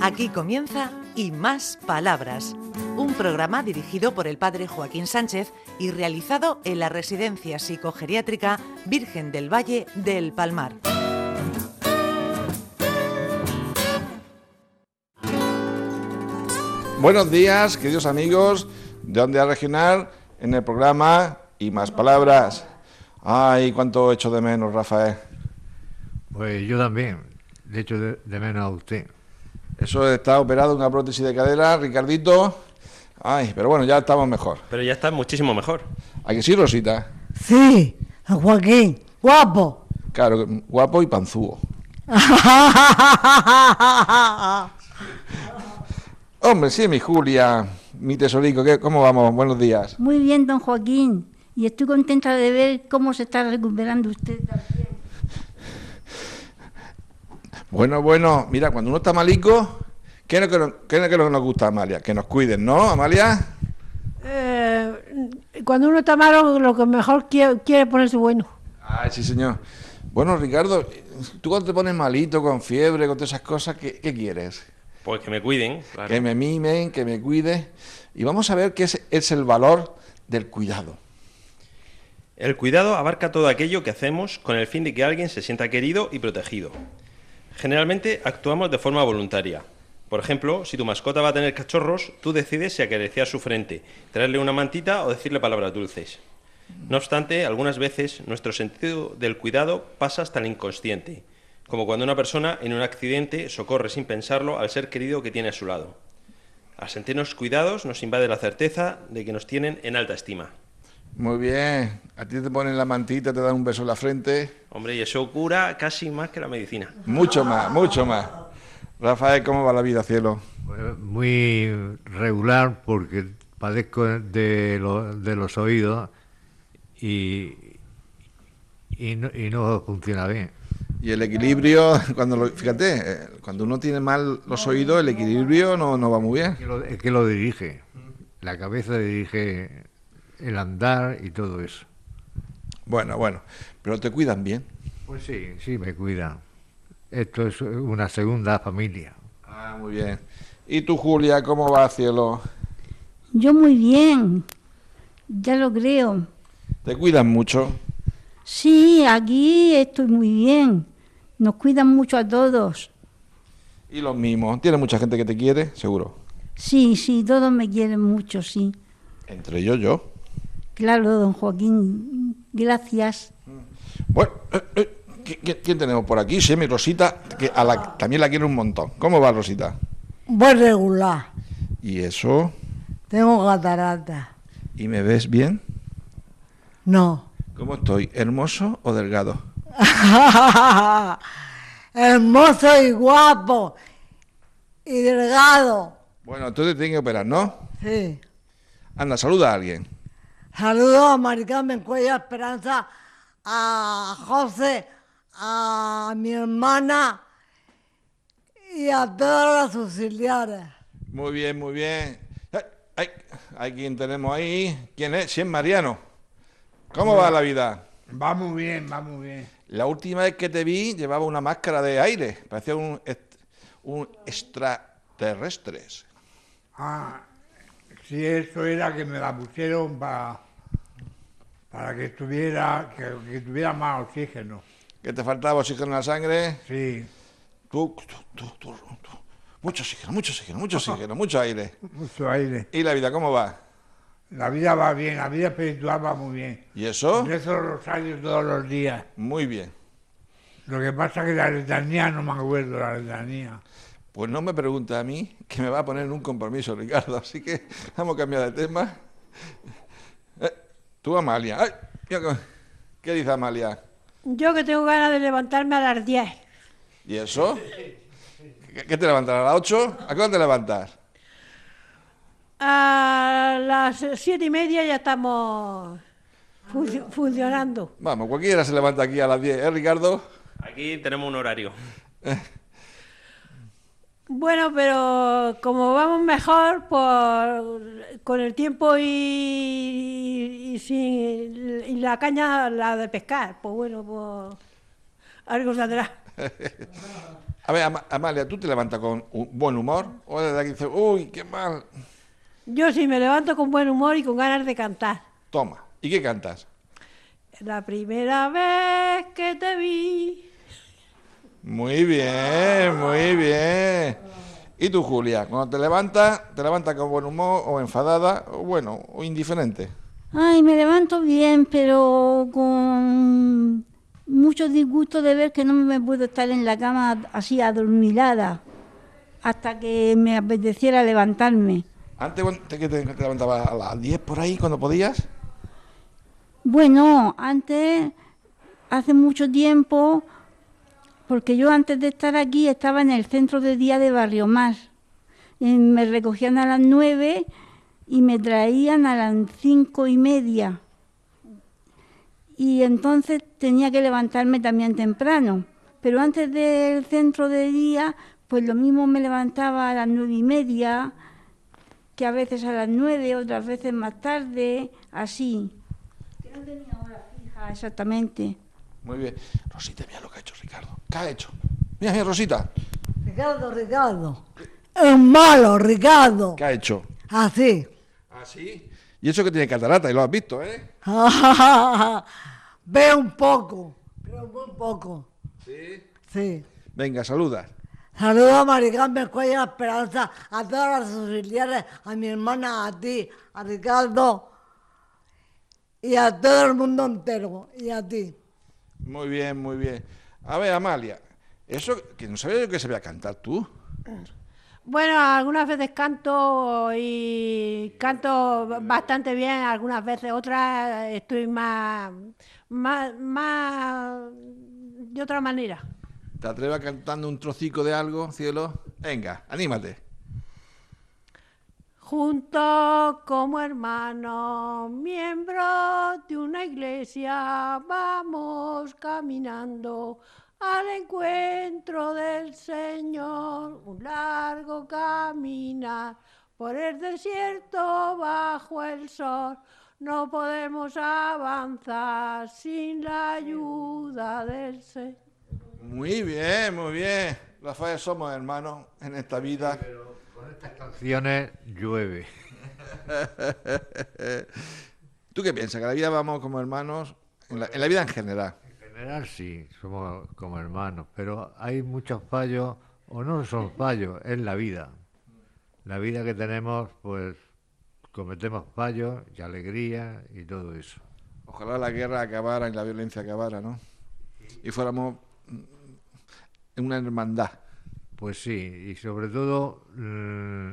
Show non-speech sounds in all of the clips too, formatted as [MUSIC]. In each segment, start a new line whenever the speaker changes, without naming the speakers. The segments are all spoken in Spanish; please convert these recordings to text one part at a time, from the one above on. Aquí comienza Y Más Palabras, un programa dirigido por el padre Joaquín Sánchez y realizado en la Residencia Psicogeriátrica Virgen del Valle del Palmar.
Buenos días, queridos amigos de Onda Regional, en el programa Y Más Palabras. Ay, cuánto echo de menos, Rafael.
Pues yo también, de hecho de, de menos a usted.
Eso está operado una prótesis de cadera, Ricardito. Ay, pero bueno, ya estamos mejor.
Pero ya está muchísimo mejor.
¿A que sí, Rosita?
Sí, a Joaquín, guapo. [LAUGHS]
Claro, guapo y panzúo. Hombre, sí, mi Julia, mi tesorico, ¿qué- ¿cómo vamos? Buenos días.
Muy bien, don Joaquín. Y estoy contenta de ver cómo se está recuperando usted también.
Bueno, bueno, mira, cuando uno está malico, ¿qué es lo que nos, qué es lo que nos gusta, Amalia? Que nos cuiden, ¿no, Amalia?
Eh, cuando uno está malo, lo que mejor quiere, quiere ponerse bueno.
Ay, Ah, sí, señor. Bueno, Ricardo, tú cuando te pones malito, con fiebre, con todas esas cosas, ¿qué, qué quieres?
Pues que me cuiden. claro.
Que me mimen, que me cuide. Y vamos a ver qué es, es el valor del cuidado.
El cuidado abarca todo aquello que hacemos con el fin de que alguien se sienta querido y protegido. Generalmente actuamos de forma voluntaria. Por ejemplo, si tu mascota va a tener cachorros, tú decides si acariciar su frente, traerle una mantita o decirle palabras dulces. No obstante, algunas veces nuestro sentido del cuidado pasa hasta el inconsciente, como cuando una persona en un accidente socorre sin pensarlo al ser querido que tiene a su lado. Al sentirnos cuidados nos invade la certeza de que nos tienen en alta estima.
Muy bien. A ti te ponen la mantita, te dan un beso en la frente.
Hombre, y eso cura casi más que la medicina.
Mucho más, mucho más. Rafael, ¿cómo va la vida, cielo?
Pues Muy regular porque padezco de, lo- de los oídos y, y, no, y no funciona bien.
Y el equilibrio, cuando lo- fíjate, eh, cuando uno tiene mal los oídos, el equilibrio no, no va muy bien.
Es que lo, es que lo dirige.
Mm.
La cabeza dirige el andar y todo eso.
Bueno, bueno, pero te cuidan bien.
Pues sí, sí, me cuida. Esto es una segunda familia.
Ah, muy bien. ¿Y tú, Julia, cómo va, cielo?
Yo muy bien. Ya lo creo.
¿Te cuidan mucho?
Sí, aquí estoy muy bien. Nos cuidan mucho a todos.
Y los mismos. ¿Tiene mucha gente que te quiere? Seguro.
Sí, sí, todos me quieren mucho, sí.
Entre ellos yo.
Claro, don Joaquín, gracias.
Bueno, eh, eh, ¿qui- qui- ¿quién tenemos por aquí? Sí, mi Rosita, que a la, también la quiero un montón. ¿Cómo va, Rosita?
Voy regular.
¿Y eso?
Tengo catarata.
¿Y me ves bien?
No. [LAUGHS]
¿Cómo estoy? ¿Hermoso o delgado?
Hermoso y guapo. Y delgado.
Bueno, tú te tienes que operar, ¿no?
Sí.
Anda, saluda a alguien.
Saludos a Maricarmen Cuello Esperanza, a José, a mi hermana y a todas las auxiliares.
Muy bien, muy bien. Ay, ay, hay quien tenemos ahí. ¿Quién es? Si es Mariano. ¿Cómo va la vida?
Va muy bien, va muy bien.
La última vez que te vi llevaba una máscara de aire. Parecía un, est- un extraterrestre.
Ah, si eso era que me la pusieron para, para que estuviera, que, que tuviera más oxígeno.
Que te faltaba oxígeno en la sangre.
Sí,
Tú, tú, tú, tú, tú. Mucho oxígeno, mucho oxígeno, mucho oxígeno, mucho aire.
mucho aire.
¿Y la vida cómo va?
La vida va bien, la vida espiritual va muy bien.
¿Y eso?
Rezo los rosarios todos los días.
Muy bien.
Lo que pasa es que la letanía no me acuerdo, la letanía.
Pues no me pregunta a mí, que me va a poner en un compromiso, Ricardo. Así que vamos a cambiar de tema. Eh, tú, Amalia. Ay, mira cómo- ¿Qué dice Amalia?
Yo que tengo ganas de levantarme a las 10,
¿Y eso? ¿Qué qué te levantas? ¿A las 8? ¿A qué hora te levantas?
a las siete y media ya estamos funcio- funcionando.
Vamos, cualquiera se levanta aquí a las 10, ¿eh, Ricardo?
Aquí tenemos un horario.
Bueno, pero como vamos mejor, pues con el tiempo y, y sin- y la caña, la de pescar, pues bueno, pues algo saldrá.
A ver, Ama- Amalia, ¿tú te levantas con un buen humor? ¿O desde aquí dices, uy, qué mal?
Yo sí me levanto con buen humor y con ganas de cantar.
Toma. ¿Y qué cantas?
La primera vez que te vi,
Muy bien, muy bien. ¿Y tú, Julia? Cuando te levantas, ¿te levantas con buen humor o enfadada o bueno, o indiferente?
Ay, me levanto bien, pero con mucho disgusto de ver que no me puedo estar en la cama así adormilada hasta que me apeteciera levantarme.
Antes cuando- te- que te, que te levantabas a las 10 por ahí cuando podías.
Bueno, antes, hace mucho tiempo, porque yo antes de estar aquí estaba en el centro de día de Barrio Mar. Y me recogían a las nueve y me traían a las cinco y media. Y entonces tenía que levantarme también temprano. Pero antes del centro de día, pues lo mismo me levantaba a las nueve y media, que a veces a las nueve, otras veces más tarde, así. Que no tenía hora fija, Ah, exactamente.
Muy bien. Rosita, mira lo que ha hecho Ricardo. ¿Qué ha hecho? Mira, mira, Rosita.
Ricardo, Ricardo. Es malo, Ricardo.
¿Qué ha hecho?
Así.
Así. Y eso que tiene catarata, y lo has visto, ¿eh?
[LAUGHS] Ve un poco. Ve un poco. Sí. Sí.
Venga, saluda.
Saludos a Maricarmen Cuellar Esperanza, a todas las auxiliares, a mi hermana, a ti, a Ricardo y a todo el mundo entero y a ti.
Muy bien, muy bien. A ver, Amalia, eso que no sabía yo que sabía cantar tú.
bueno, algunas veces canto y canto bastante bien, algunas veces, otras estoy más, más, más de otra manera.
¿Te atreves a cantando un trocico de algo, cielo? Venga, anímate.
Juntos como hermanos, miembros de una iglesia, vamos caminando al encuentro del Señor, un largo caminar por el desierto bajo el sol. No podemos avanzar sin la ayuda del Señor.
Muy bien, muy bien. Rafael, somos hermanos en esta vida.
Con estas canciones llueve.
[LAUGHS] ¿Tú qué piensas? ¿Que la vida vamos como hermanos? En la, en la vida en general.
En general sí, somos como hermanos, pero hay muchos fallos, o no son fallos, es la vida. La vida que tenemos, pues cometemos fallos y alegría y todo eso.
Ojalá la guerra acabara y la violencia acabara, ¿no? Y fuéramos mm, una hermandad.
Pues sí, y sobre todo mm,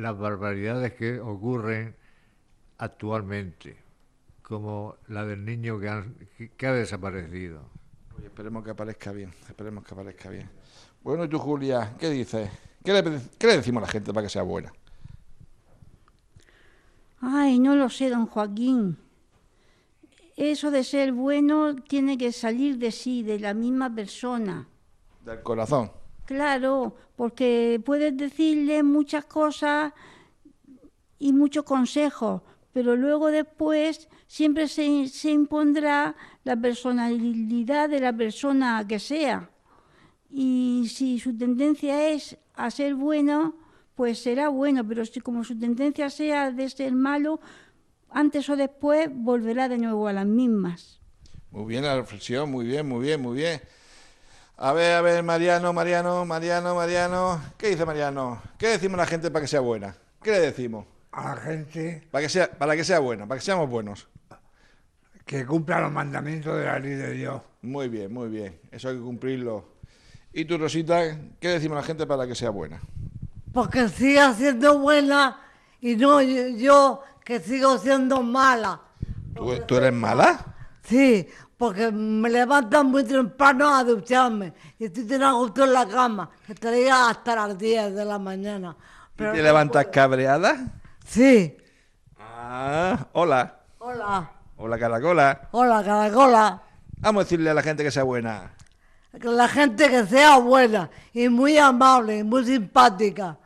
las barbaridades que ocurren actualmente, como la del niño que, han- que- que ha desaparecido.
Oye, esperemos que aparezca bien, esperemos que aparezca bien. Bueno, y tú, Julia, ¿qué dices? ¿Qué le, qué le decimos a la gente para que sea buena?
Ay, no lo sé, don Joaquín. Eso de ser bueno tiene que salir de sí, de la misma persona.
Del corazón.
Claro, porque puedes decirle muchas cosas y muchos consejos, pero luego después siempre se, se impondrá la personalidad de la persona que sea. Y si su tendencia es a ser bueno, pues será bueno, pero si como su tendencia sea de ser malo, antes o después volverá de nuevo a las mismas.
Muy bien la reflexión, muy bien, muy bien, muy bien. A ver, a ver, Mariano, Mariano, Mariano, Mariano. ¿Qué dice Mariano? ¿Qué decimos a la gente para que sea buena? ¿Qué le decimos?
a la gente
Para que sea, para que sea buena, para que seamos buenos.
que cumpla los mandamientos de la ley de Dios.
Muy bien, muy bien. Eso hay que cumplirlo. ¿Y tú, Rosita, qué decimos a la gente para que sea buena?
Porque siga siendo buena y no yo, yo que sigo siendo mala.
¿Tú, tú eres mala?
Sí, porque me levantan muy temprano a ducharme y estoy tan a gusto en la cama que estaría hasta las 10 de la mañana.
¿Y
Pero-
te levantas cabreada?
sí,
Ah, hola.
hola,
Hola, caracola.
hola, caracola.
Vamos a decirle a la gente que sea buena.
Que la gente que sea buena y muy amable y muy simpática.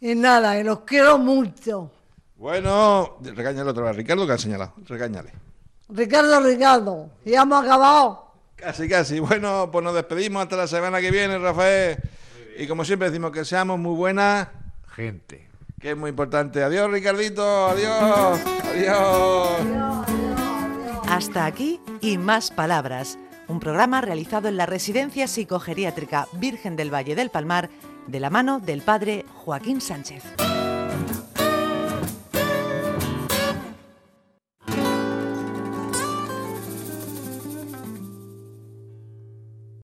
Y nada, y los quiero mucho.
Bueno, regáñale otra vez a Ricardo que ha señalado. Regáñale.
Ricardo, Ricardo, ya hemos acabado.
Casi, casi. Bueno, pues nos despedimos hasta la semana que viene, Rafael. Y como siempre decimos que seamos muy buenas,
Gente.
que es muy importante. Adiós, Ricardito. Adiós. Adiós.
Hasta aquí y más palabras, un programa realizado en la Residencia Psicogeriátrica Virgen del Valle del Palmar de la mano del padre Joaquín Sánchez.